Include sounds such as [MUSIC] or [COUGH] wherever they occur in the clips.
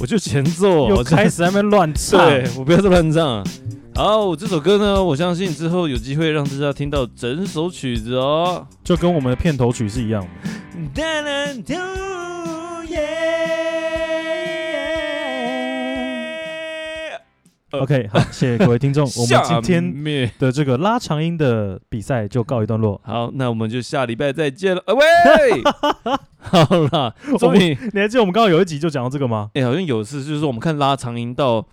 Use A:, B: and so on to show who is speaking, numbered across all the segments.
A: 我就前奏，
B: 又
A: 我
B: 开始在那边
A: [LAUGHS]
B: 乱唱，
A: 对，我不要再乱唱了。好，这首歌呢，我相信之后有机会让大家听到整首曲子哦。
B: 就跟我们的片头曲是一样的。
A: 哒啦嘟耶呃
B: OK，好，谢谢各
A: [LAUGHS]
B: 位听众，我们
A: 啊
B: 今天
A: 天
B: 的这个拉长音的比赛就告一
A: [LAUGHS]
B: 段落。
A: 好，那我们就下礼拜再 [LAUGHS] 见了。呃、喂，好 [LAUGHS] 啦，终于，
B: 你还记得我们刚刚有一集就讲到这个吗？
A: 哎、好像有次就是我们看拉长音到，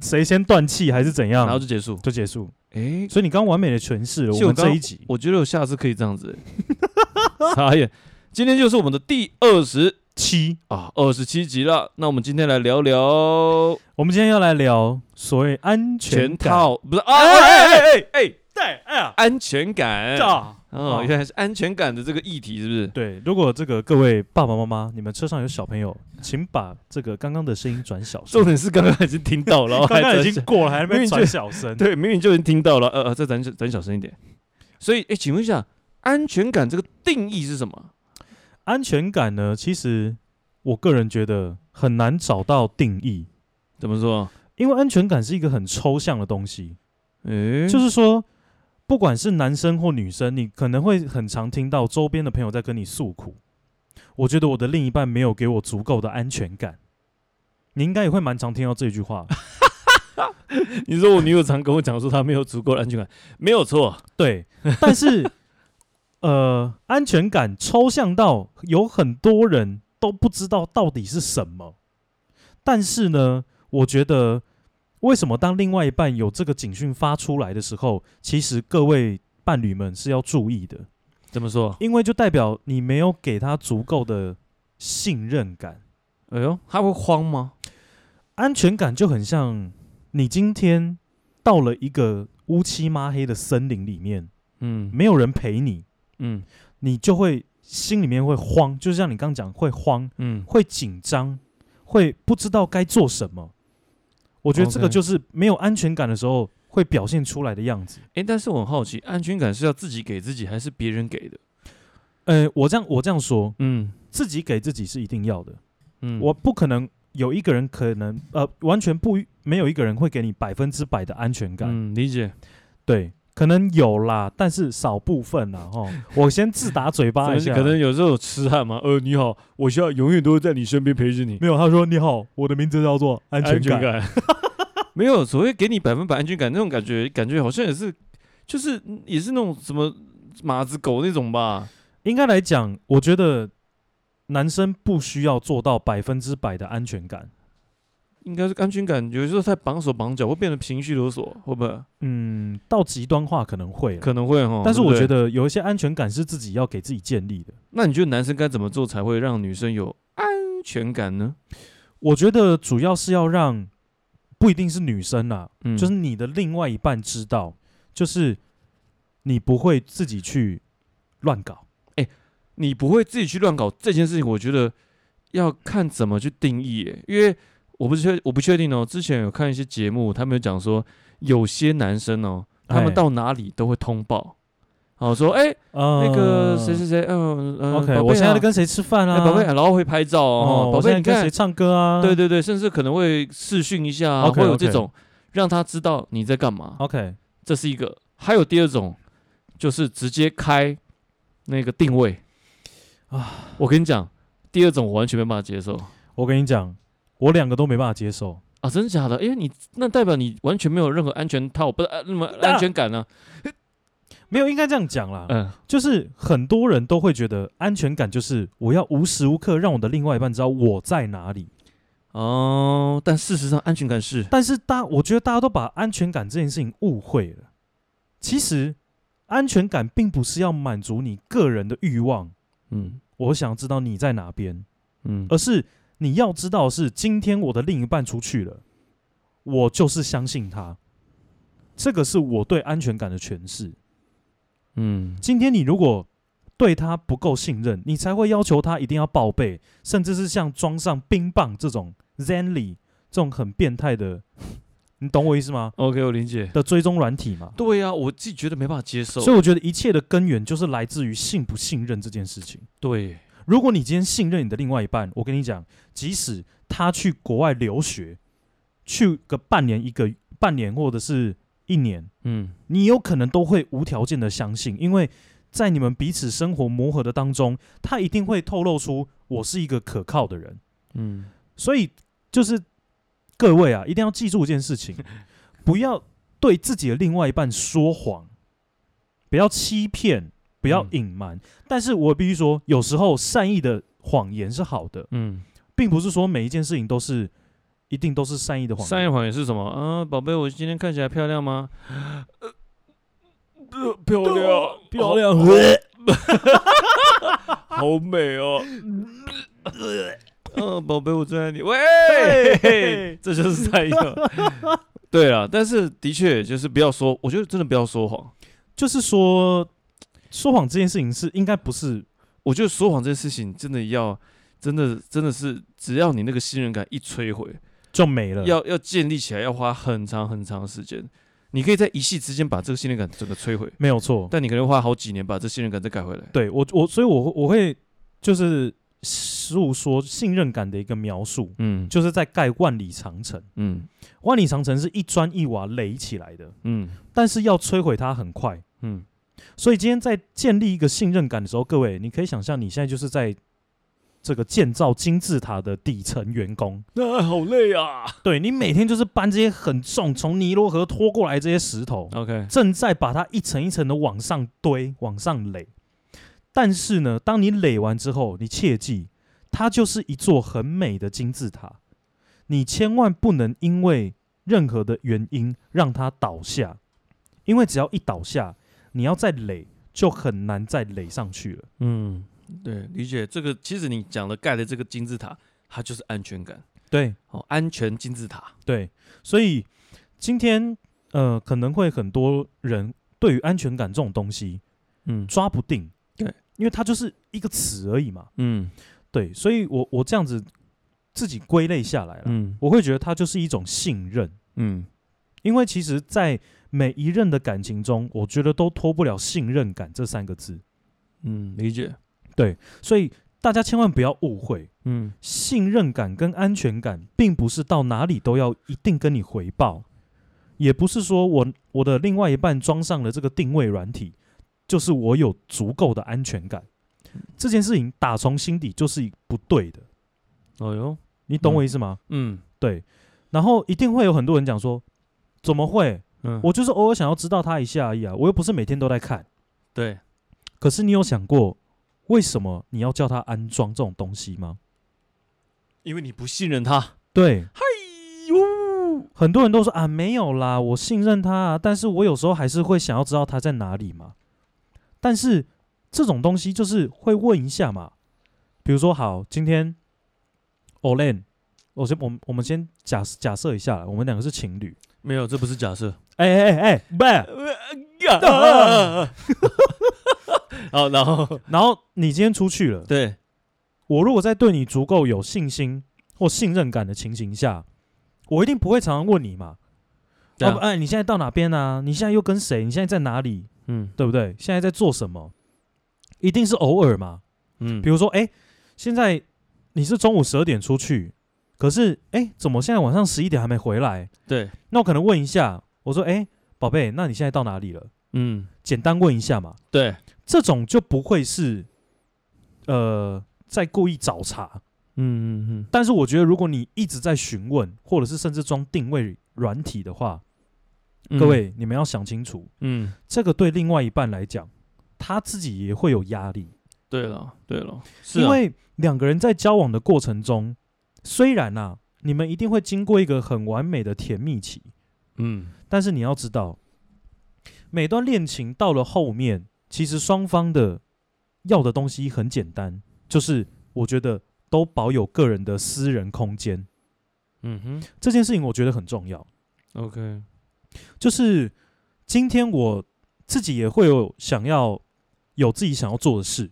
B: 谁先断气还是怎样？
A: 然后就结束。
B: 就结束。
A: 嗯哎、
B: 所以你刚刚完美的诠释了
A: 其
B: 我
A: 实我
B: 们
A: 刚
B: 这一集。
A: 我觉得我下次可以这样 [LAUGHS] 子、欸。傻眼，今天就是我们的第二十
B: 七，
A: 啊，二十七集了。那我们今天来聊聊
B: 我们今天要来聊所谓安全
A: 全
B: 感。
A: 套，不是啊？
B: 哎
A: 哎哎哎哎，
B: 对，哎呀，
A: 安全感
B: 啊
A: 哦，原来是安全感的这个议题，是不是？
B: 对，如果这个各位爸爸妈妈，你们车上有小朋友，请把这个刚刚的声音转小声
A: 重。点是刚刚已经听到 [LAUGHS] 了，然后还
B: 刚刚已
A: 在
B: 经过了，还在那边
A: 明明就
B: 转小声。
A: [LAUGHS] 对，明明就已经听到了，呃呃，再咱咱小声一点。所以，哎，请问一下，安全感这个定义是什么？
B: 安全感呢，其实我个人觉得很难找到定义，
A: 怎么说？
B: 因为安全感是一个很抽象的东西。
A: 诶，
B: 就是是说，不管是男生或女生，你可能会很常听到周边的朋友在跟你诉苦。我觉得我的另一半没有给我足够的安全感，你应该也会蛮常听到这句话。
A: 你说我女友常跟我讲说她没有足够的安全感，没有错，
B: 对，但是，呃，安全感抽象到有很多人都不知道到底是什么。但是呢，我觉得为什么当另外一半有这个警讯发出来的时候，其实各位伴侣们是要注意的，
A: 怎么说？
B: 因为就代表你没有给他足够的信任感。
A: 哎呦，她会慌吗？
B: 安全感就很像你今天到了一个乌漆抹黑的森林里面，
A: 嗯
B: 没有人陪你，
A: 嗯
B: 你就会心里面会慌，就像你刚讲会慌，
A: 嗯，
B: 会紧张，会不知道该做什么。我觉得这个
A: OK
B: 就是没有安全感的时候会表现出来的样子。
A: 哎，但是我很好奇，安全感是要自己给自己还是别人给的？
B: 呃，我这样我这样说，
A: 嗯
B: 自己给自己是一定要的，
A: 嗯
B: 我不可能有一个人可能呃完全不没有一个人会给你百分之百的安全感。
A: 嗯理解，
B: 对，可能有啦，但是少部分啦
A: [LAUGHS]
B: 哈。我先自打嘴
A: 怎
B: 巴
A: 么 [LAUGHS]
B: 一
A: 是
B: 下，
A: 可能有时候有痴汉嘛。呃，你好，我需要永远都在你身边陪着你。
B: 没有。他说你好，我的名字叫做安全感。
A: 感。
B: [LAUGHS]
A: 没有所谓给你百分百安全感那种感觉，感觉好像也是，就是嗯也是那种什么马子狗那种吧。
B: 应该来讲，我觉得男生不需要做到百分之百的安全感。
A: 应该是安全感，有时候太绑手绑脚，会变得情绪勒索，会不会？
B: 嗯，到极端化可能会啦，啊
A: 可能会哦。
B: 但是
A: 对
B: 我
A: 不对
B: 觉，得有一些安全感是自己要给自己建立的。
A: 那你觉得男生该怎么做才会让女生有安全感呢？
B: 我觉得主要是要让不一定是女生啦，
A: 嗯，
B: 就是你的另外一半知道，就是你不会自己去乱搞。
A: 你不会自己去乱搞这件事情，我觉得要看怎么去定义耶，因为我不确我不确定哦。之前有看一些节目，他们有讲说，有些男生哦，他
B: 哎
A: 们到哪里都会通报，哦说哎、
B: 呃
A: 那个谁谁谁，嗯嗯
B: ，OK，、
A: 宝贝啊
B: 我现在在跟谁吃饭
A: 哎
B: 啊？
A: 宝贝，然后会拍照
B: 哦
A: 哦，，宝
B: 我
A: 贝
B: 现在
A: 你
B: 跟
A: 看
B: 谁，唱歌啊？
A: 对对对，甚至可能会视讯一下啊，
B: OK，
A: 会有
B: OK 哦
A: 这种让他知道你在干嘛，
B: ，OK，
A: 这是一个。还有第二种，就是直接开那个定位啊，我跟你讲，第二种我完全没办法接受
B: 我跟你讲，我两个都没办法接受。
A: 啊，真的假的？哎，你那代表你完全没有任何安全套，不是呃那么
B: 啊
A: 安全感呢？
B: 没有，应该这样讲啦，
A: 嗯，
B: 就是很多人都会觉得安全感就是我要无时无刻让我的另外一半知道我在哪里。
A: 哦，但事实上安全感是
B: 但是大，我觉得大家都把安全感这件事情误会了。其实，安全感并不是要满足你个人的欲望，
A: 嗯
B: 我想知道你在哪边，
A: 嗯
B: 而是你要知道的是今天我的另一半出去了，我就是相信他。这个是我对安全感的诠释。
A: 嗯
B: 今天你如果对他不够信任，你才会要求他一定要报备，甚至是像装上冰棒这种 Zenly 这种很变态的，你懂我意思吗？
A: ，OK，我理解。
B: 的追踪软体嘛。
A: 对呀、我自己觉得没办法接受。
B: 所以我觉得一切的根源就是来自于信不信任这件事情。
A: 对，
B: 如果你今天信任你的另外一半，我跟你讲，即使他去国外留学，去个半年、一个半年或者是一年，
A: 嗯，
B: 你有可能都会无条件的相信，因为在你们彼此生活磨合的当中，他一定会透露出我是一个可靠的人。
A: 嗯，
B: 所以就是各位啊，一定要记住一件事情， [LAUGHS] 不要对自己的另外一半说谎，不要欺骗，不要
A: 嗯
B: 隐瞒。但是我必须说，有时候善意的谎言是好的，
A: 嗯，
B: 并不是说每一件事情都是一定都是善意的谎
A: 善意
B: 言。
A: 谎言是什么？啊，宝贝，我今天看起来漂亮吗？呃，呃漂亮，
B: 漂亮，
A: 哦好，好美 [LAUGHS] 哦。嗯、宝贝，我最爱你。喂，
B: 嘿
A: [LAUGHS] 这就是善意了。 [LAUGHS] 对啊，但是的确就是不要说，我觉得真的不要说谎。
B: 就是说说谎这件事情是应该不是
A: 我觉得说谎这件事情真的要，真的真的是，只要你那个信任感一摧毁，
B: 就没了，
A: 要要建立起来要花很长很长的时间。你可以在一夕之间把这个信任感整个摧毁，
B: 没有错。
A: 但你可能花好几年把这信任感再改回来。
B: 对我我所以我会我会就是诉说信任感的一个描述，
A: 嗯
B: 就是在盖万里长城。
A: 嗯
B: 万里长城是一砖一瓦垒起来的，
A: 嗯
B: 但是要摧毁它很快。
A: 嗯
B: 所以今天在建立一个信任感的时候，各位，你可以想象你现在就是在这个建造金字塔的底层员工，
A: 那好累啊。
B: 对你每天就是搬这些很重从尼罗河拖过来这些石头，
A: OK，
B: 正在把它一层一层的往上堆、往上垒。但是呢，当你垒完之后，你切记，它就是一座很美的金字塔，你千万不能因为任何的原因让它倒下，因为只要一倒下，你要再垒就很难再垒上去了。
A: 嗯，对，理解这个。其实你讲的盖的这个金字塔，它就是安全感，
B: 对
A: 哦，安全金字塔。
B: 对，所以今天呃，可能会很多人对于安全感这种东西
A: 嗯
B: 抓不定，
A: 对，
B: 因为它就是一个词而已嘛。
A: 嗯
B: 对，所以我我这样子自己归类下来了，
A: 嗯
B: 我会觉得它就是一种信任，
A: 嗯
B: 因为其实，在每一任的感情中，我觉得都脱不了信任感这三个字，
A: 嗯，理解。
B: 所以大家千万不要误会，
A: 嗯
B: 信任感跟安全感并不是到哪里都要一定跟你回报，也不是说我我的另外一半装上了这个定位软体，就是我有足够的安全感，
A: 嗯
B: 这件事情打从心底就是不对的，
A: 哦哟，
B: 你懂我
A: 嗯
B: 意思吗？
A: 嗯
B: 对，然后一定会有很多人讲说，怎么会？
A: 嗯，
B: 我就是偶尔想要知道他一下而已啊，我又不是每天都在看。
A: 对，
B: 可是你有想过，为什么你要叫他安装这种东西吗？
A: 因为你不信任他。
B: 对，
A: 哎呦，
B: 很多人都说啊，没有啦，我信任他啊，但是我有时候还是会想要知道他在哪里嘛。但是这种东西就是会问一下嘛，比如说好，今天 Olen，我先我们我们先假假设一下啦，我们两个是情侣，
A: 没有，这不是假设。
B: 哎哎哎哎，不、 [LAUGHS]
A: 好，然后
B: 然后你今天出去了，
A: 对，
B: 我如果在对你足够有信心或信任感的情形下，我一定不会常常问你嘛。
A: 这
B: 要
A: 样
B: 不，哎，你现在到哪边啊？你现在又跟谁？你现在在哪里？
A: 嗯
B: 对不对？现在在做什么？一定是偶尔嘛。
A: 嗯
B: 比，如说，哎，现在你是中午十二点出去，可是哎，怎么现在晚上十一点还没回来？
A: 对，
B: 那我可能问一下，我说，哎，宝贝，那你现在到哪里了？
A: 嗯
B: 简单问一下嘛。
A: 对，
B: 这种就不会是，呃，在故意找茬。
A: 嗯嗯
B: 但是我觉得，如果你一直在询问，或者是甚至装定位软体的话，
A: 嗯
B: 各，位你们要想清楚，
A: 嗯，
B: 这个对另外一半来讲，他自己也会有压力，
A: 对了对了，是
B: 因
A: 啊
B: 为两个人在交往的过程中，虽然啊，你们一定会经过一个很完美的甜蜜期，
A: 嗯
B: 但是你要知道，每段恋情到了后面，其实双方的要的东西很简单，就是我觉得都保有个人的私人空间，
A: 嗯哼
B: 这件事情我觉得很重要。
A: ，OK，嗯
B: 就是今天我自己也会有想要有自己想要做的事，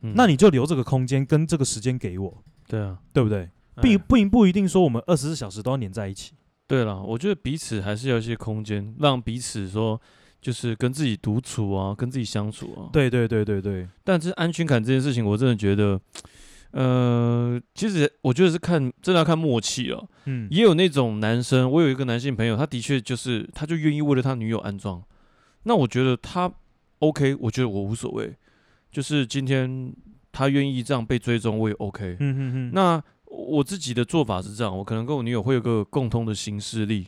A: 嗯
B: 那你就留这个空间跟这个时间给我，
A: 对啊，
B: 对不对？
A: 哎
B: 并并不一定说我们二十四小时都要黏在一起。
A: 对了，我觉得彼此还是要一些空间，让彼此说就是跟自己独处啊，跟自己相处啊。，
B: 对对对对对，
A: 但是安全感这件事情，我真的觉得，呃，其实我觉得是看真的要看默契啊。
B: 嗯，
A: 也有那种男生，我有一个男性朋友，他的确就是，他就愿意为了他女友安装。那我觉得他 OK，我觉得我无所谓，就是今天他愿意这样被追踪，我也 OK。
B: 嗯哼哼，
A: 那我自己的做法是这样，我可能跟我女友会有个共通的行事历，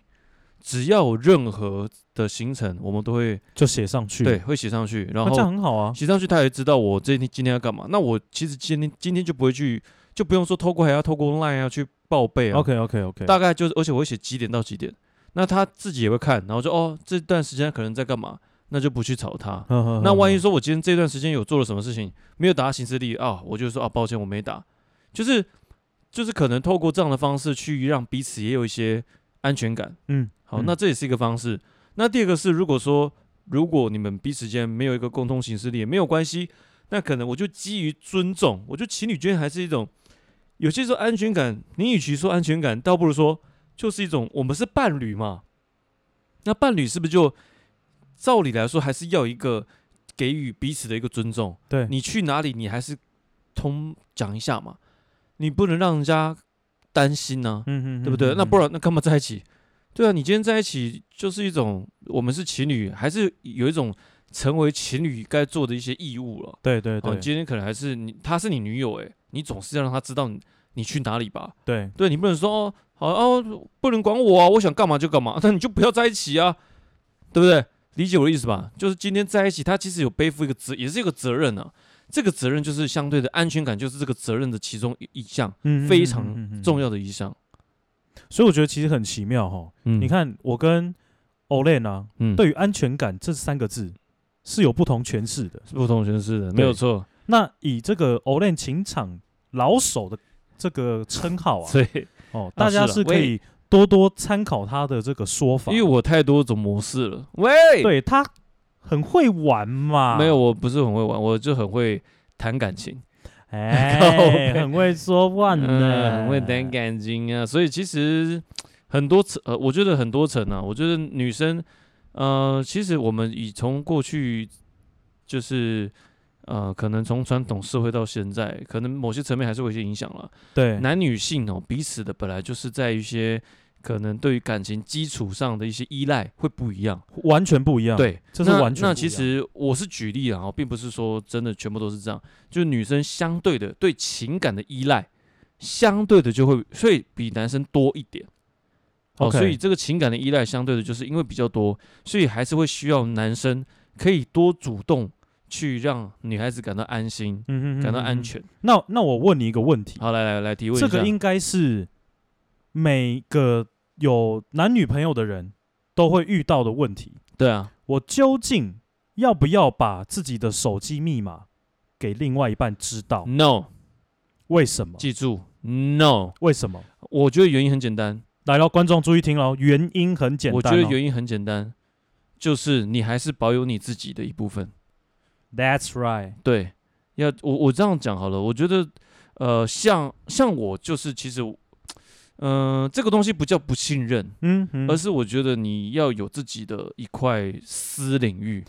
A: 只要有任何的行程，我们都会
B: 就写上去，
A: 对，会写上去，然
B: 那这样
A: 后
B: 很好啊，
A: 写上去，她也知道我这天今天要干嘛。那我其实今天今天就不会去，就不用说透过还要透过 LINE 要去报备啊。
B: OK OK OK，
A: 大概就是，而且我会写几点到几点，那他自己也会看，然后就哦这段时间可能在干嘛，那就不去吵他。
B: 哦
A: 那万一说我今天这段时间有做了什么事情，没有打行事历啊，我就说啊抱歉我没打，就是就是可能透过这样的方式去让彼此也有一些安全感。
B: 嗯，
A: 好，
B: 嗯
A: 那这也是一个方式。那第二个是，如果说如果你们彼此间没有一个共通行事历，也没有关系，那可能我就基于尊重，我觉得情侣间还是一种，有些时候安全感，你与其说安全感，倒不如说就是一种我们是伴侣嘛。那伴侣是不是就照理来说还是要一个给予彼此的一个尊重？
B: 对，
A: 你去哪里，你还是通讲一下嘛，你不能让人家担心啊呢、
B: 嗯嗯，
A: 对不对？那不
B: 然
A: 然那干嘛在一起？对啊，你今天在一起就是一种我们是情侣，还是有一种成为情侣该做的一些义务了。
B: 对对
A: 哦，
B: 对
A: 你今天可能还是你，她是你女友，诶，你总是要让她知道你你去哪里吧？
B: 对，嗯
A: 对你不能说哦，好哦，不能管我啊，我想干嘛就干嘛，那你就不要在一起啊，对不对？理解我的意思吧？就是今天在一起，他其实有背负一个责，也是一个责任啊。这个责任就是相对的安全感，就是这个责任的其中一一项
B: 嗯
A: 非常重。要的一项。
B: 所以我觉得其实很奇妙哈，
A: 嗯
B: 你，看我跟 Olen 啊，
A: 嗯，
B: 对于安全感这三个字是有不同诠释的。
A: 不同形式的，没有错。
B: 那以这个 Olen 情场老手的这个称号啊，
A: [LAUGHS] 所以，
B: 哦，
A: 啊
B: 大
A: 是
B: 家
A: 啦
B: 是可
A: 喂
B: 以多多参考他的这个说法，
A: 因为我太多种模式了。喂，
B: 对他很会玩嘛，
A: 没有，，我不是很会玩，我就很会谈感情， [LAUGHS] 靠
B: 哎
A: 北，
B: 很会说话呢，
A: 嗯，很会谈感情啊。所以其实很多层，呃，我觉得很多层啊。我觉得女生，呃，其实我们以从过去就是。呃，可能从传统社会到现在，可能某些层面还是会有一些影响了。
B: 对，
A: 男女性哦，彼此的本来就是在一些可能对于感情基础上的一些依赖会不一样。
B: 完全不一样，，
A: 对，
B: 啊这是
A: 那
B: 完全
A: 那
B: 不
A: 其
B: 一样
A: 实我是举例啊，哦并不是说真的全部都是这样，就是女生相对的对情感的依赖，相对的就会，所以比男生多一点。哦
B: OK
A: 所以这个情感的依赖相对的，就是因为比较多，所以还是会需要男生可以多主动去让女孩子感到安心，
B: 嗯哼
A: 感到安。
B: 嗯嗯
A: 全。
B: 那那我问你一个问题，
A: 好，来来来提问一
B: 这
A: 下，
B: 个应该是每个有男女朋友的人都会遇到的问题。
A: 对啊，
B: 我究竟要不要把自己的手机密码给另外一半知道？
A: No，
B: 为什么？
A: 记住，No。
B: 为什么？
A: 我觉得原因很简单，
B: 来喽，观众注意听喽，原因很简单、哦。
A: 我觉得原因很简单，就是你还是保有你自己的一部分。
B: That's right。
A: 对，要我我这样讲好了，我觉得，呃，像像我就是其实，嗯、这个东西不叫不信任，
B: 嗯哼，
A: 而是我觉得你要有自己的一块私领域，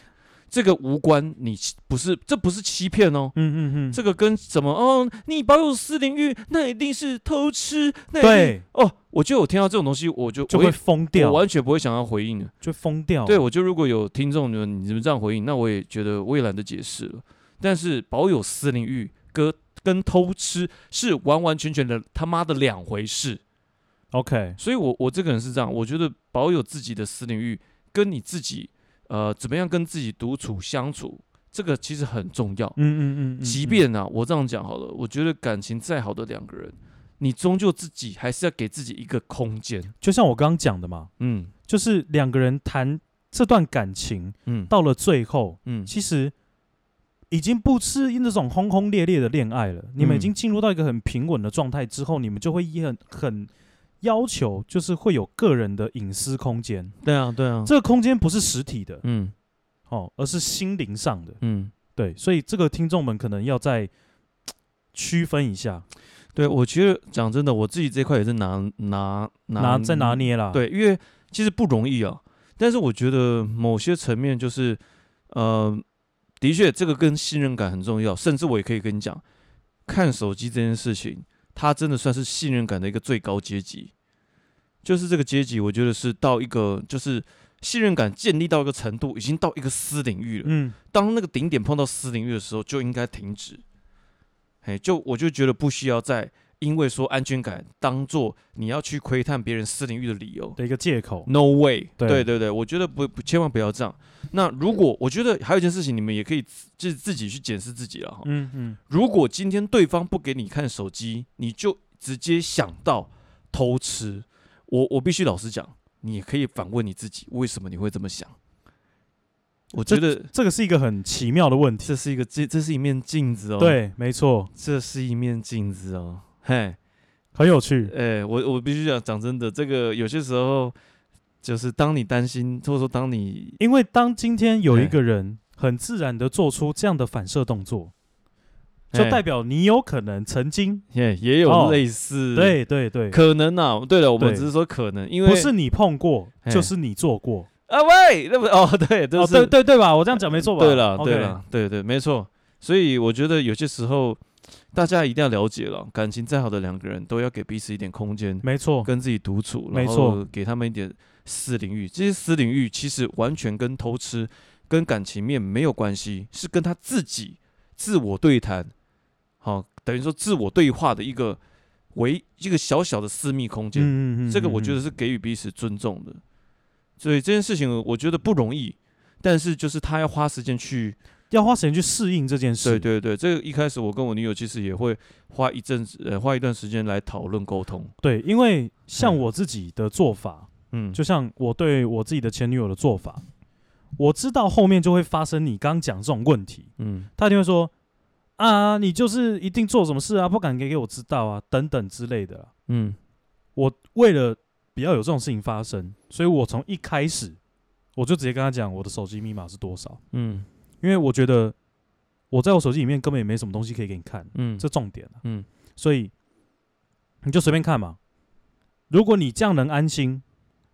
A: 这个无关你欺不是这不是欺骗哦。
B: 嗯嗯嗯，
A: 这个跟什么哦？你保有私领域，那一定是偷吃。那一定
B: 对
A: 哦，我就有听到这种东西，我就我
B: 就会
A: 也
B: 疯掉
A: 我，完全不会想要回应的。
B: 就疯掉。
A: 对，我就如果有听众你们你们这样回应，那我也觉得我也懒得解释了。但是保有私领域跟跟偷吃是完完全全的他妈的两回事。
B: ，OK，
A: 所以我我这个人是这样，我觉得保有自己的私领域跟你自己呃怎么样跟自己独处相处，这个其实很重要。
B: 嗯嗯嗯嗯，
A: 即
B: 嗯
A: 便啊，我这样讲好了，我觉得感情再好的两个人，你终究自己还是要给自己一个空间。
B: 就像我刚刚讲的嘛，
A: 嗯
B: 就是两个人谈这段感情
A: 嗯
B: 到了最后，
A: 嗯，
B: 其实已经不是那种轰轰烈烈的恋爱了，你们已
A: 嗯
B: 经进入到一个很平稳的状态之后，你们就会也很很要求，就是会有个人的隐私空间。
A: 对啊对啊，
B: 这个空间不是实体的
A: 嗯
B: 哦，而是心灵上的。
A: 嗯。
B: 对，所以这个听众们可能要再区分一下，
A: 对，我觉得讲真的，我自己这块也是拿拿拿
B: 拿再拿捏啦。，
A: 对，因为其实不容易啊。但是我觉得某些层面就是，呃，的确这个跟信任感很重要，甚至我也可以跟你讲，看手机这件事情，它真的算是信任感的一个最高阶级，就是这个阶级，我觉得是到一个就是信任感建立到一个程度，已经到一个私领域了。
B: 嗯，
A: 当那个顶点碰到私领域的时候，就应该停止。哎，就我就觉得不需要再因为说安全感当做你要去窥探别人私领域的理由。
B: 的一个借口。
A: No way！
B: 对
A: 对对对，我觉得不不，千万不要这样。那如果我觉得还有一件事情，你们也可以自自自己去检视自己了哈。
B: 嗯嗯，
A: 如果今天对方不给你看手机，你就直接想到偷吃，我我必须老实讲，你也可以反问你自己，为什么你会这么想？我觉得
B: 这个是一个很奇妙的问题。
A: 这是一个这这是一面镜子哦，，
B: 对，没错，
A: 这是一面镜子哦，嘿，
B: 很有趣。
A: 哎、我我必须讲，讲真的，这个有些时候就是当你担心，或者说当你
B: 因为当今天有一
A: 嘿
B: 个人很自然的做出这样的反射动作，就
A: 哎
B: 代表你有可能曾经，
A: 也也有
B: 哦
A: 类似，，
B: 对对对，
A: 可能啊。对了，我们
B: 对
A: 只是说可能，因为
B: 不是你碰过，
A: 嘿
B: 就是你做过。
A: 啊喂，那不哦，对，
B: 哦，
A: 就是、
B: 对对对吧？我这样讲没错吧？
A: 对了，
B: OK
A: 对了，对对，没错。所以我觉得有些时候大家一定要了解了，感情再好的两个人都要给彼此一点空间，
B: 没错，
A: 跟自己独处，
B: 哦没
A: 然
B: 错
A: 后给他们一点私领域。这些私领域其实完全跟偷吃、跟感情面没有关系，是跟他自己自我对谈，好、等于说自我对话的一个为一个小小的私密空间。
B: 嗯
A: 这个我觉得是给予彼此尊重的，所以这件事情我觉得不容易，但是就是他要花时间去
B: 要花时间去适应这件事。
A: 对对对，这个一开始我跟我女友其实也会花一阵子，呃，花一段时间来讨论沟通。
B: 对因为像
A: 嗯
B: 我自己的做法，
A: 嗯，
B: 就像我对我自己的前女友的做法，我知道后面就会发生你刚讲这种问题，
A: 嗯
B: 他一定会说啊，你就是一定做什么事啊，不敢给给我知道啊，等等之类的啊、
A: 嗯，
B: 我为了不要有这种事情发生，所以我从一开始我就直接跟他讲我的手机密码是多少，
A: 嗯
B: 因为我觉得我在我手机里面根本也没什么东西可以给你看，
A: 嗯，
B: 这重点啊。
A: 嗯，
B: 所以你就随便看嘛。如果你这样能安心，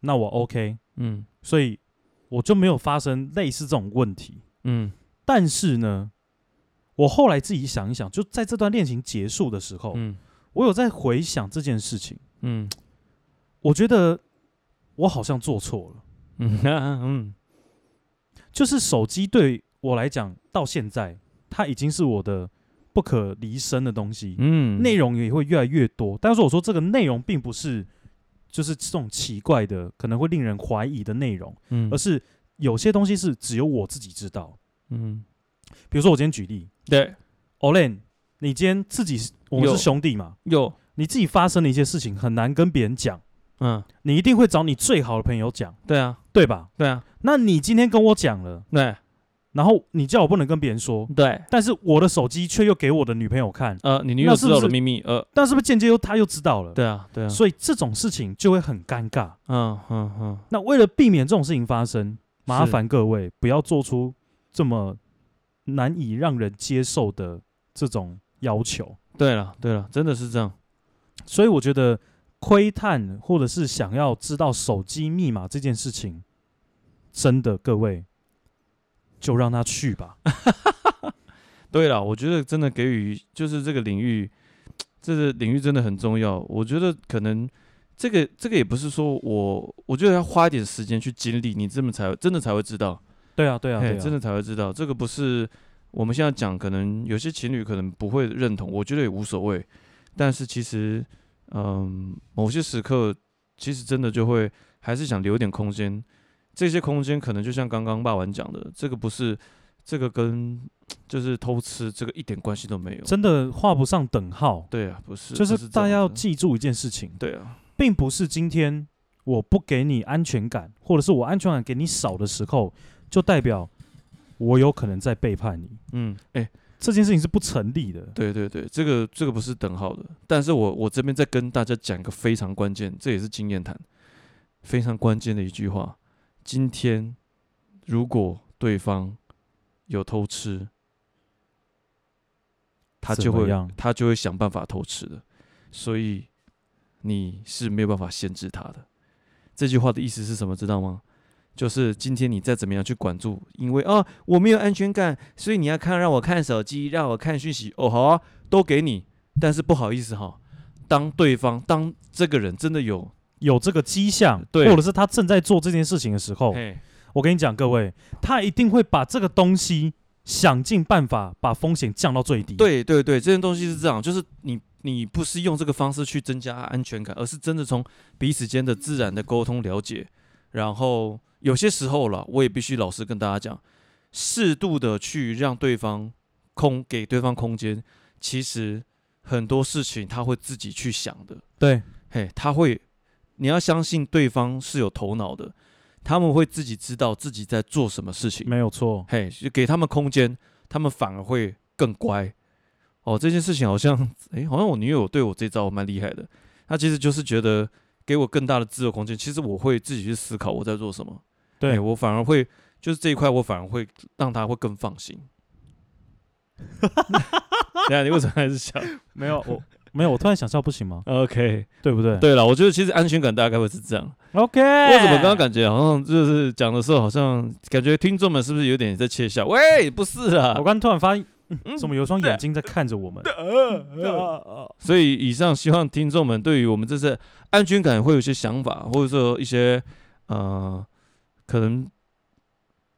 B: 那我 OK。
A: 嗯
B: 所以我就没有发生类似这种问题。
A: 嗯
B: 但是呢，我后来自己想一想，就在这段恋情结束的时候，
A: 嗯
B: 我有在回想这件事情，
A: 嗯
B: 我觉得我好像做错了。
A: 嗯 [LAUGHS] 啊嗯
B: 就是手机对我来讲，到现在它已经是我的不可离身的东西，
A: 嗯，
B: 内容也会越来越多。但是我说这个内容并不是就是这种奇怪的，可能会令人怀疑的内容，
A: 嗯
B: 而是有些东西是只有我自己知道。
A: 嗯
B: 比如说我今天举例
A: 对
B: Olen，你今天自己是我们
A: 有
B: 是兄弟嘛，
A: 有
B: 你自己发生的一些事情很难跟别人讲，
A: 嗯
B: 你一定会找你最好的朋友讲，
A: 对啊
B: 对吧？
A: 对啊
B: 那你今天跟我讲了，
A: 对
B: 然后你叫我不能跟别人说，
A: 对
B: 但是我的手机却又给我的女朋友看，
A: 呃，你女友
B: 那是
A: 知
B: 不
A: 道我的
B: 是
A: 秘密呃，
B: 但是不是间接又她又知道了？
A: 对啊对啊，
B: 所以这种事情就会很尴尬。
A: 嗯嗯嗯，
B: 那为了避免这种事情发生，麻
A: 是
B: 烦各位不要做出这么难以让人接受的这种要求。
A: 对了对了，真的是这样，
B: 所以我觉得窥探或者是想要知道手机密码这件事情，真的各位就让他去吧。 [LAUGHS]
A: 对了，我觉得真的给予就是这个领域，这个领域真的很重要。我觉得可能这个这个也不是说我，我觉得要花一点时间去经历，你这么才真的才会知道，
B: 对啊，对啊，
A: 嘿
B: 对啊，
A: 真的才会知道。这个不是我们现在讲，可能有些情侣可能不会认同，我觉得也无所谓。但是其实，嗯，某些时刻其实真的就会还是想留点空间。这些空间可能就像刚刚霸王讲的，这个不是这个跟就是偷吃这个一点关系都没有。
B: 真的画不上等号。
A: 对啊，不是，不
B: 就是
A: 是这
B: 大家
A: 样
B: 要
A: 子
B: 记住一件事情，
A: 对啊，
B: 并不是今天我不给你安全感，或者是我安全感给你少的时候，就代表我有可能在背叛你。
A: 嗯，哎、
B: 这件事情是不成立的。
A: 对对对，这个这个不是等号的，但是我我这边再跟大家讲一个非常关键，这也是经验谈，非常关键的一句话。今天如果对方有偷吃，他
B: 怎
A: 就
B: 么
A: 会
B: 样
A: 他就会想办法偷吃的，所以你是没有办法限制他的。这句话的意思是什么？知道吗？就是今天你再怎么样去管住，因为啊我没有安全感，所以你要看让我看手机，让我看讯息，哦好啊，都给你。但是不好意思哈，当对方当这个人真的有，
B: 有这个迹象，
A: 对
B: 或者是他正在做这件事情的时候，
A: 嘿，
B: 我跟你讲，各位，他一定会把这个东西想尽办法把风险降到最低。，
A: 对对对，这件东西是这样，就是你你不是用这个方式去增加安全感，而是真的从彼此间的自然的沟通了解，然后有些时候了，我也必须老实跟大家讲，适度的去让对方空给对方空间，其实很多事情他会自己去想的，
B: 对，
A: 嘿，他会，你要相信对方是有头脑的，他们会自己知道自己在做什么事情。
B: 没有错。
A: 嘿，就给他们空间，他们反而会更乖。哦，这件事情好像，诶，好像我女友对我这招蛮厉害的。她其实就是觉得给我更大的自由空间，其实我会自己去思考我在做什么。
B: 对
A: 嘿我反而会，就是这一块，我反而会让她会更放心。 [LAUGHS] 对啊，你为什么还是笑
B: 没有，我没有，我突然想笑，不行吗？
A: ？OK，
B: 对不对？
A: 呃对了，我觉得其实安全感大概会是这样。
B: ，OK。
A: 为
B: 为
A: 什么刚刚感觉好像就是讲的时候，好像感觉听众们是不是有点在窃笑？喂，不是啊
B: 我，刚突然发现，
A: 嗯
B: 怎么有一双眼睛在看着
A: [LAUGHS]
B: 我们？
A: 所以以上希望听众们对于我们这次安全感会有一些想法，或者说一些呃，可能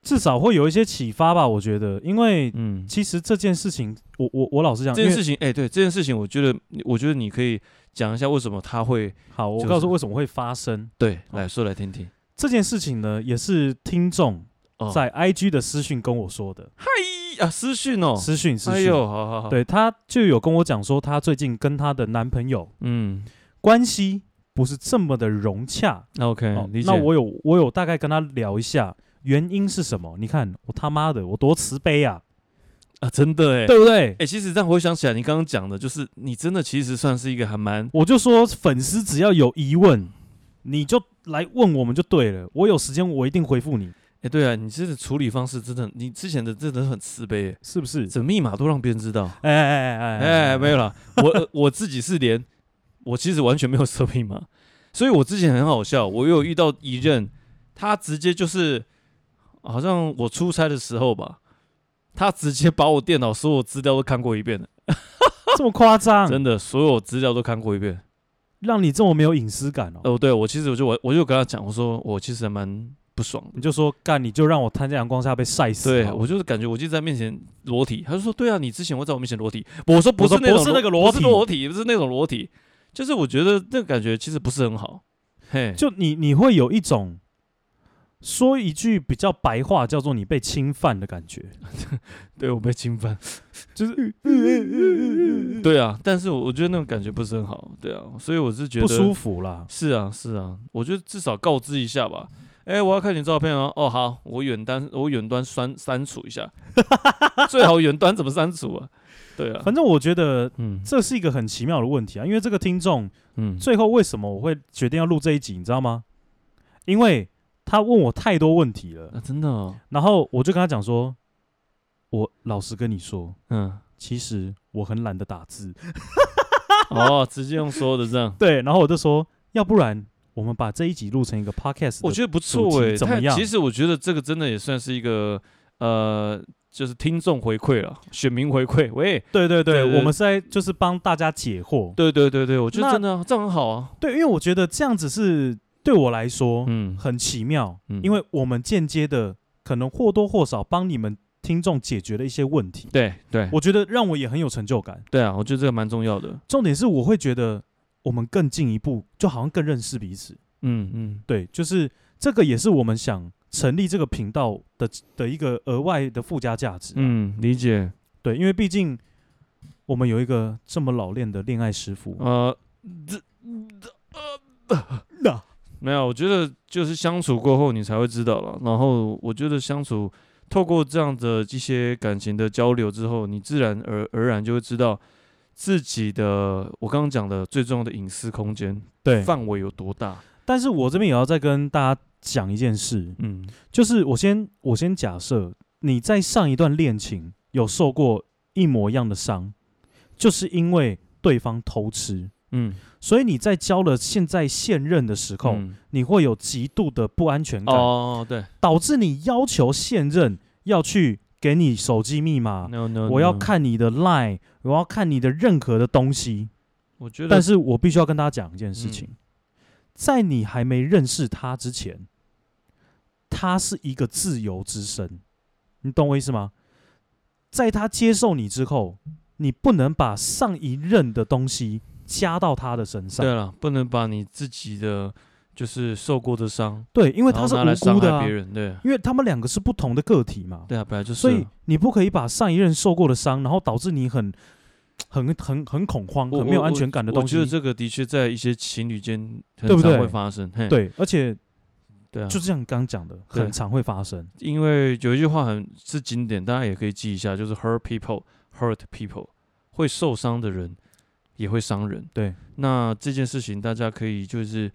B: 至少会有一些启发吧，我觉得，因为
A: 嗯，
B: 其实这件事情，我我我老实讲，
A: 这件
B: 因为
A: 事情，哎、对这件事情，我觉得我觉得你可以讲一下为什么他会
B: 好，我
A: 就是
B: 告诉为什么会发生
A: 对
B: 好
A: 来说来听听。
B: 这件事情呢，也是听众
A: 哦，
B: 在 IG 的私讯跟我说的，
A: 一啊私讯哦，
B: 私讯私
A: 哎
B: 讯，
A: 呦，好好好，，
B: 对，她就有跟我讲说，她最近跟她的男朋友
A: 嗯
B: 关系不是这么的融洽。
A: 那，OK，、
B: 哦
A: 嗯理解。
B: 那我有我有大概跟她聊一下原因是什么？你看我他妈的我多慈悲啊，
A: 啊，真的哎，
B: 对不对
A: 哎、？其实这样回想起来，你刚刚讲的就是你真的其实算是一个还蛮
B: 我就说粉丝只要有疑问，你就来问我们就对了。我有时间我一定回复你，
A: 哎、对啊，你这个处理方式真的，你之前的真的很慈悲哎，
B: 是不是？
A: 整密码都让别人知道。
B: 哎哎哎
A: 哎，没有啦，我呃我自己是连我其实完全没有设密码，所以我之前很好笑，我有遇到一任，他直接就是好像我出差的时候吧，他直接把我电脑所有资料都看过一遍了，
B: 这么夸张，
A: 真的所有资料都看过一遍。
B: 让你这么没有隐私感哦。
A: 哦，对我其实我就我我就跟他讲，我说我其实还蛮不爽的
B: 你。就说干，你就让我摊在阳光下被晒死。哦
A: 对，
B: 好
A: 我就是感觉我就在他面前裸体，他就说：“对啊，你之前会在我面前裸体。”我说：“不
B: 我
A: 是
B: 说
A: 那种
B: 不是那个
A: 裸
B: 裸
A: 不
B: 体
A: 是裸体，不是那种裸体，就是我觉得那个感觉其实不是很好。”嘿，
B: 就你你会有一种说一句比较白话叫做你被侵犯的感觉，
A: 对我被侵犯， [LAUGHS]
B: 就是
A: 对啊，但是我我觉得那种感觉不是很好，对啊，所以我是觉得
B: 不舒服啦。
A: 是啊，是啊，我觉得至少告知一下吧。哎、我要看你照片哦。哦，好，我远端我远端删删除一 [LAUGHS] 下，最好远端怎么删除啊？对啊，
B: 反正我觉得
A: 嗯
B: 这是一个很奇妙的问题啊，因为这个听众
A: 嗯，
B: 最后为什么我会决定要录这一集，你知道吗？因为他问我太多问题了，
A: 啊，真的、哦，
B: 然后我就跟他讲说，我老实跟你说，
A: 嗯，
B: 其实我很懒得打字。 [LAUGHS]
A: 哦，直接用说的这样。
B: 对，然后我就说，要不然我们把这一集录成一个 podcast，
A: [LAUGHS] 我觉
B: 得
A: 得不
B: 主
A: 错
B: 题
A: 哎、
B: 怎么
A: 太
B: 样
A: 其实我觉得这个真的也算是一个呃，就是听众回馈了，选民回馈。喂，
B: 对对对，
A: 对对
B: 我们是在就是帮大家解惑。
A: 对对对对，我觉得
B: 那
A: 真的、啊、这样很好啊。
B: 对，因为我觉得这样子是对我来说、
A: 嗯，
B: 很奇妙，
A: 嗯
B: 因为我们间接的可能或多或少帮你们听众解决了一些问题，
A: 对对
B: 我觉得让我也很有成就感。
A: 对啊，我觉得这个蛮重要的。
B: 重点是我会觉得我们更进一步，就好像更认识彼此。
A: 嗯嗯，
B: 对，就是这个也是我们想成立这个频道的的一个额外的附加价值。，
A: 嗯，理解。
B: 对，因为毕竟我们有一个这么老练的恋爱师傅。
A: 呃，这
B: 那
A: 没有，我觉得就是相处过后你才会知道了。然后我觉得相处透过这样的一些感情的交流之后，你自然而而然就会知道自己的我刚刚讲的最重要的隐私空间
B: 对，
A: 范围有多大。
B: 但是我这边也要再跟大家讲一件事，
A: 嗯，
B: 就是我先我先假设你在上一段恋情有受过一模一样的伤，就是因为对方偷吃。
A: 嗯，
B: 所以你在交了现在现任的时候，
A: 嗯
B: 你会有极度的不安全感，
A: 哦，对
B: 导致你要求现任要去给你手机密码，
A: ，no no，
B: 啊我要
A: no，
B: 看你的 Line，我要看你的任何的东西。
A: 我觉得，嗯
B: 但是我必须要跟大家讲一件事情，在你还没认识他之前，他是一个自由之身，你懂我意思吗？在他接受你之后，你不能把上一任的东西加到他的身上
A: 对，了，不能把你自己的就是受过的伤，
B: 对，因为
A: 然
B: 他
A: 后
B: 是
A: 拿来
B: 无
A: 伤
B: 辜的
A: 害
B: 啊
A: 别，人，对
B: 因为他们两个是不同的个体嘛，
A: 对啊，本来就是啊，
B: 所以你不可以把上一任受过的伤，然后导致你很、很、很、很恐慌、
A: 我
B: 很没有
A: 我
B: 安全感的
A: 我
B: 东西
A: 觉得。这个的确在一些情侣间很
B: 对不
A: 常
B: 对
A: 会发生，嘿
B: 对，而且
A: 对啊，
B: 就像你刚刚讲的，
A: 对
B: 很常会发生。
A: 因为有一句话很是经典，大家也可以记一下，就是 hurt people hurt people，会受伤的人也会伤人。
B: 对，
A: 那这件事情大家可以就是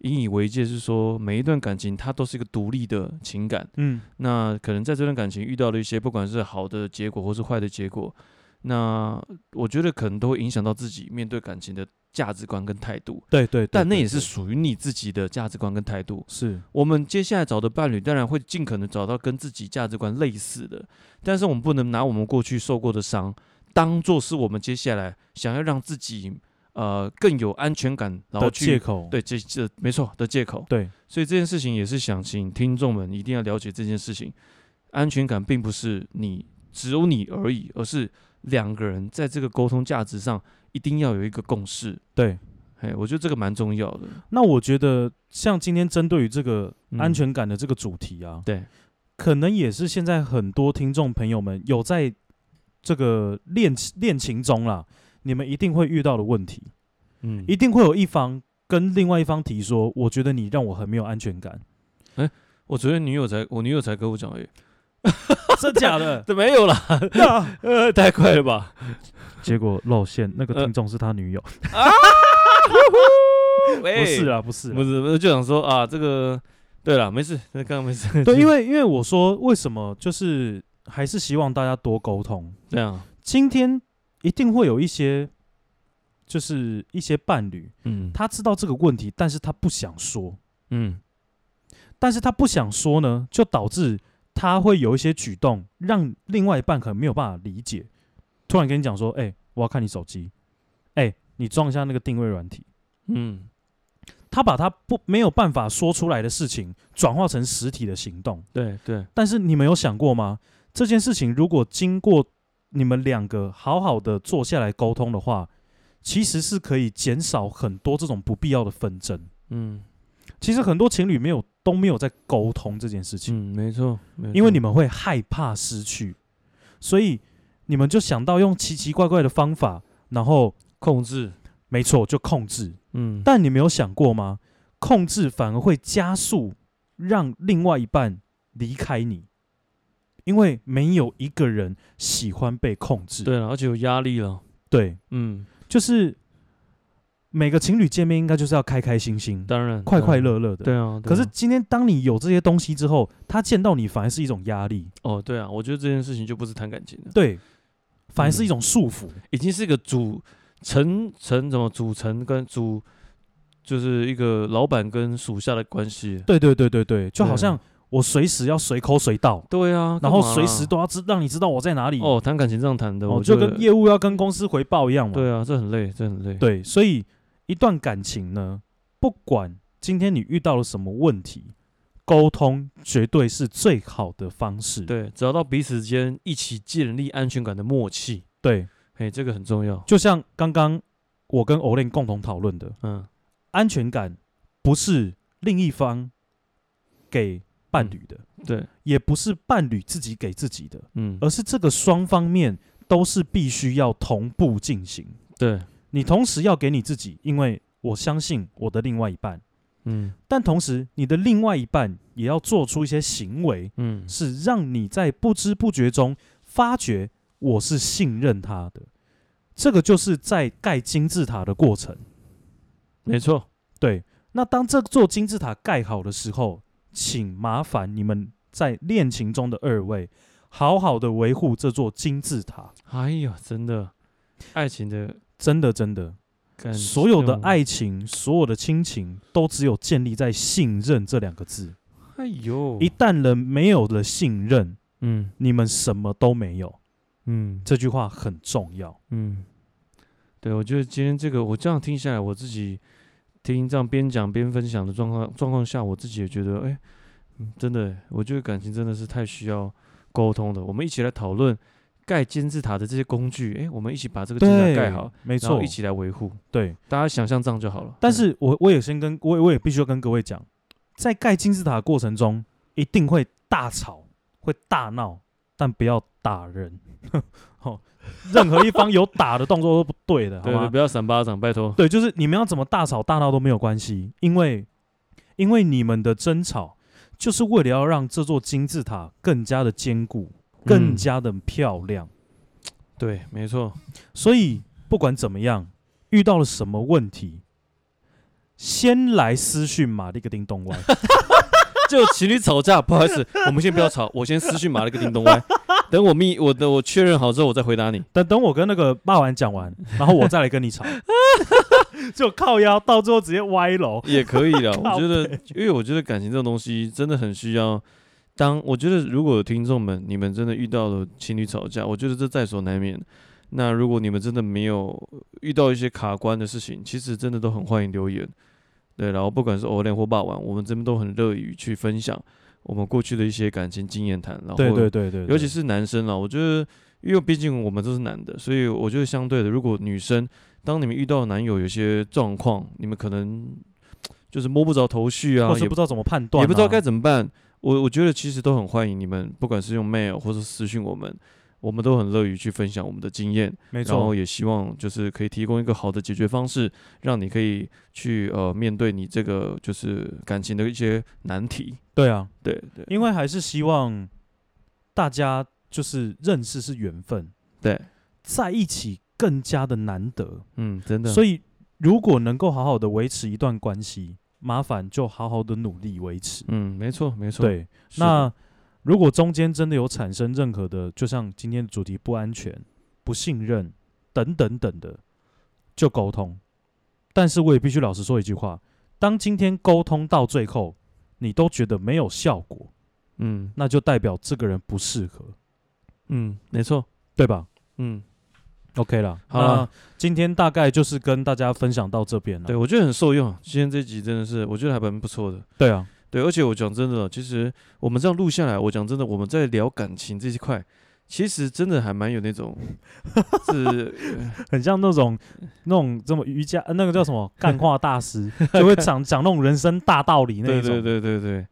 A: 引以为戒，是说每一段感情它都是一个独立的情感。
B: 嗯，
A: 那可能在这段感情遇到了一些不管是好的结果或是坏的结果，那我觉得可能都会影响到自己面对感情的价值观跟态度。
B: 对对，对
A: 但那
B: 对
A: 也是
B: 对
A: 属于你自己的价值观跟态度。
B: 是
A: 我们接下来找的伴侣，当然会尽可能找到跟自己价值观类似的，但是我们不能拿我们过去受过的伤，当做是我们接下来想要让自己呃更有安全感，然后
B: 的借
A: 去
B: 口。
A: 对这这没错的借口。
B: 对
A: 所以这件事情也是想请听众们一定要了解这件事情，安全感并不是你只有你而已，而是两个人在这个沟通价值上一定要有一个共识。
B: 对，
A: 哎，我觉得这个蛮重要的。
B: 那我觉得像今天针对于这个
A: 嗯
B: 安全感的这个主题啊，
A: 对，
B: 可能也是现在很多听众朋友们有在这个恋恋情中啦，你们一定会遇到的问题，
A: 嗯
B: 一定会有一方跟另外一方提说，我觉得你让我很没有安全感， [LAUGHS]
A: 我昨天女友才，我女友才跟我讲，哎、
B: 真
A: [LAUGHS]
B: 假的？
A: 这没有啦，呃，太快了吧？
B: [LAUGHS] 结果露馅，那个
A: 呃
B: 听众是他女友，
A: 不 [LAUGHS]
B: 不是，啊，不是啊
A: 哎不，是，不是，就想说啊，这个对了，没事，那刚刚没事， [LAUGHS]
B: 对，因为因为我说为什么就是还是希望大家多沟通。
A: 这样，
B: 今天一定会有一些，就是一些伴侣，
A: 嗯，
B: 他知道这个问题，但是他不想说，
A: 嗯，
B: 但是他不想说呢，就导致他会有一些举动，让另外一半很没有办法理解。突然跟你讲说，哎、我要看你手机，哎、你装一下那个定位软体。
A: 嗯，
B: 他把他不没有办法说出来的事情转化成实体的行动，
A: 对对，
B: 但是你们有想过吗？这件事情如果经过你们两个好好的坐下来沟通的话，其实是可以减少很多这种不必要的纷争。
A: 嗯
B: 其实很多情侣没有都没有在沟通这件事情，
A: 嗯，没错，没错
B: 因为你们会害怕失去，所以你们就想到用奇奇怪怪的方法，然后
A: 控制，
B: 没错就控制。
A: 嗯，
B: 但你没有想过吗？控制反而会加速让另外一半离开你，因为没有一个人喜欢被控制。
A: 对了，而且有压力了，
B: 对
A: 嗯，
B: 就是每个情侣见面应该就是要开开心心、
A: 当然，
B: 快快
A: 当然，
B: 乐乐的。
A: 对啊，对
B: 可是
A: 啊
B: 今天当你有这些东西之后，他见到你反而是一种压力，
A: 哦，对啊，我觉得这件事情就不是谈感情了，
B: 对，反而是
A: 嗯
B: 一种束缚。
A: 已经是一个组成成怎么组成跟组，就是一个老板跟属下的关系。
B: 对对对对对，就好
A: 对啊
B: 像我随时要随口随到，
A: 对啊，
B: 然
A: 干
B: 后
A: 嘛
B: 随
A: 啊
B: 时都要知让你知道我在哪里。
A: 哦，谈感情这样谈的，
B: 哦，
A: 我
B: 就
A: 觉得
B: 跟业务要跟公司回报一样嘛。
A: 对啊，这很累，这很累。，
B: 对所以一段感情呢，不管今天你遇到了什么问题，沟通绝对是最好的方式。
A: 对，只要到彼此间一起建立安全感的默契，
B: 对
A: 嘿，这个很重要。
B: 就像刚刚我跟 Olin 共同讨论的，
A: 嗯，
B: 安全感不是另一方给伴侣的，
A: 对，
B: 也不是伴侣自己给自己的，
A: 嗯，
B: 而是这个双方面都是必须要同步进行。
A: 对，
B: 你同时要给你自己，因为我相信我的另外一半，
A: 嗯
B: 但同时你的另外一半也要做出一些行为，
A: 嗯，
B: 是让你在不知不觉中发觉我是信任他的。这个就是在盖金字塔的过程。
A: 没错。
B: 对，那当这座金字塔盖好的时候，请麻烦你们在恋情中的二位，好好的维护这座金字塔。
A: 哎呀，真的，爱情的
B: 真的，真的，
A: 干
B: 所有的
A: 这种
B: 爱情、所有的亲情，都只有建立在信任这两个字。
A: 哎呦，
B: 一旦人没有了信任，
A: 嗯
B: 你们什么都没有。
A: 嗯
B: 这句话很重要。
A: 嗯，对，我觉得今天这个我这样听下来，我自己听这样边讲边分享的状况状况下，我自己也觉得，哎、嗯真的，我觉得感情真的是太需要沟通的。我们一起来讨论盖金字塔的这些工具，哎、我们一起把这个金字塔盖好，，
B: 没
A: 没嗯
B: 错
A: 一，起来维护。
B: 对。
A: 大家想象这样就好了。
B: 但是我我也先跟我我也必须要跟各位讲，在盖金字塔的过程中，一定会大吵，会大闹，但不要打人。 [LAUGHS] 哦，任何一方有打的动作都不对的，好
A: [LAUGHS] 对对，
B: 吗
A: 不？要闪巴掌，拜托。
B: 对，就是你们要怎么大吵大闹都没有关系，因为因为你们的争吵就是为了要让这座金字塔更加的坚固，更
A: 嗯
B: 加的漂亮。
A: 对，没错。
B: 所以不管怎么样，遇到了什么问题，先来私讯马力个叮咚 [LAUGHS] 歪，
A: 就情侣吵架，不好意思，我们先不要吵，我先私讯马了个叮咚歪，等我密我的我确认好之后，我再回答你。
B: 等等我跟那个霸王讲 [LAUGHS] 完，然后我再来跟你 [LAUGHS] 吵，就靠腰到最后直接歪楼。
A: 也可以
B: [LAUGHS]
A: 啦，
B: 靠
A: 我觉得，因为我觉得感情这种东西真的很需要。当我觉得，如果有听众们你们真的遇到了情侣吵架，我觉得这在所难免。那如果你们真的没有遇到一些卡关的事情，其实真的都很欢迎留言。对，然后不管是偶练或霸王，我们这边都很乐于去分享我们过去的一些感情经验谈，然后
B: 对对对对对
A: 尤其是男生啦，我觉得，因为毕竟我们都是男的，所以我觉得相对的，如果女生当你们遇到男友有些状况，你们可能就是摸不着头绪啊，
B: 或是
A: 也
B: 不知道怎么判断、啊
A: 也不知道该。怎么办。我我觉得其实都很欢迎你们，不管是用 mail 或是私讯我们，我们都很乐于去分享我们的经验，
B: 没
A: 然后
B: 错，
A: 也希望就是可以提供一个好的解决方式，让你可以去呃面对你这个就是感情的一些难题。
B: 对啊，
A: 对对
B: 因为还是希望大家就是认识是缘分，
A: 对，
B: 在一起更加的难得。
A: 嗯，真的，
B: 所
A: 以
B: 以如果能够好好的维持一段关系，麻烦就好好的努力维持。
A: 嗯，没错没错，
B: 对，
A: 是的，
B: 那如果中间真的有产生任何的，就像今天的主题不安全、不信任等等等的，就沟通。但是我也必须老实说一句话：，当今天沟通到最后，你都觉得没有效果，
A: 嗯。
B: 那就代表这个人不适合，
A: 嗯，没错。
B: 对吧
A: 嗯，
B: ？OK 啦，
A: 好啦
B: 那今天大概就是跟大家分享到这边了。
A: 对，我觉得很受用。今天这集真的是，我觉得还蛮不错的。
B: 对啊，
A: 对，而且我讲真的，其实我们这样录下来，我讲真的，我们在聊感情这一块，其实真的还蛮有那种 [LAUGHS] 是，
B: 很像那种那种这么瑜伽、呃那个叫 [LAUGHS] 什么干话大师，就会讲讲那种人生大道理那
A: 对
B: 一种。
A: 对对对对。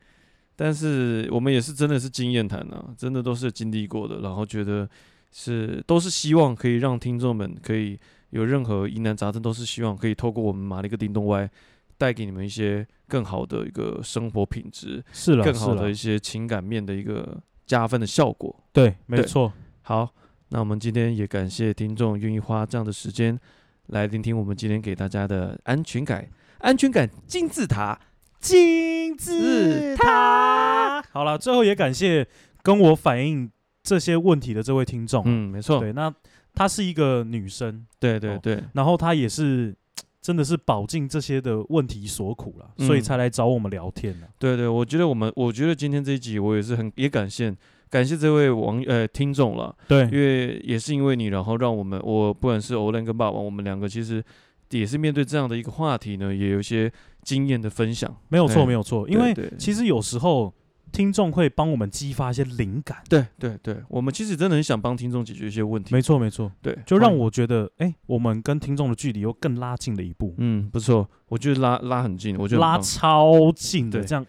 A: 但是我们也是真的是经验谈啊，真的都是经历过的，然后觉得是都是希望可以让听众们可以有任何疑难杂症，都是希望可以透过我们马力个叮咚歪，带给你们一些更好的一个生活品质，
B: 是了，
A: 更
B: 是
A: 好的
B: 了
A: 一，些情感面的一个加分的效果。
B: 对，没
A: 对
B: 错，
A: 好，那我们今天也感谢听众愿意花这样的时间来聆听我们今天给大家的安全感、安全感金字塔。
B: 金
A: 字
B: 塔。好了，最后也感谢跟我反映这些问题的这位听众。
A: 嗯，没错，
B: 对，那她是一个女生，
A: 对对
B: 哦
A: 对，
B: 然后她也是真的是饱尽这些的问题所苦了，所以
A: 嗯
B: 才来找我们聊天的。
A: 对对，我觉得我们，我觉得今天这一集我也是很也感谢感谢这位网呃听众了，因
B: 对，
A: 为也是因为你，然后让我们我不管是欧伦跟霸王，我们两个其实也是面对这样的一个话题呢，也有一些经验的分享。
B: 没有错，
A: 对
B: 没有错，
A: 对
B: 因为
A: 对
B: 其实有时候听众会帮我们激发一些灵感。
A: 对对对，我们其实真的很想帮听众解决一些问题，
B: 没错，没错，
A: 对，
B: 就让
A: 欢迎
B: 我觉得，哎、我们跟听众的距离又更拉近了一步，
A: 嗯不错，我觉得拉拉很近，我觉得很
B: 拉
A: 棒
B: 超近的，
A: 对
B: 这样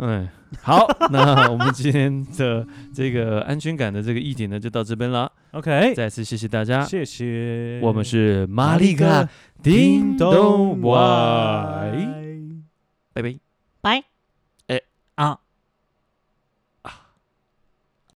A: 嗯好， [LAUGHS] 那我们今天的这个安全感的这个议题呢就到这边啦，
B: ，OK，
A: 再次谢谢大家，
B: 谢谢，
A: 我们是玛丽卡叮
B: 叮
A: 咚
B: 咚
A: 外，
B: 外。
A: 拜拜。
C: 拜。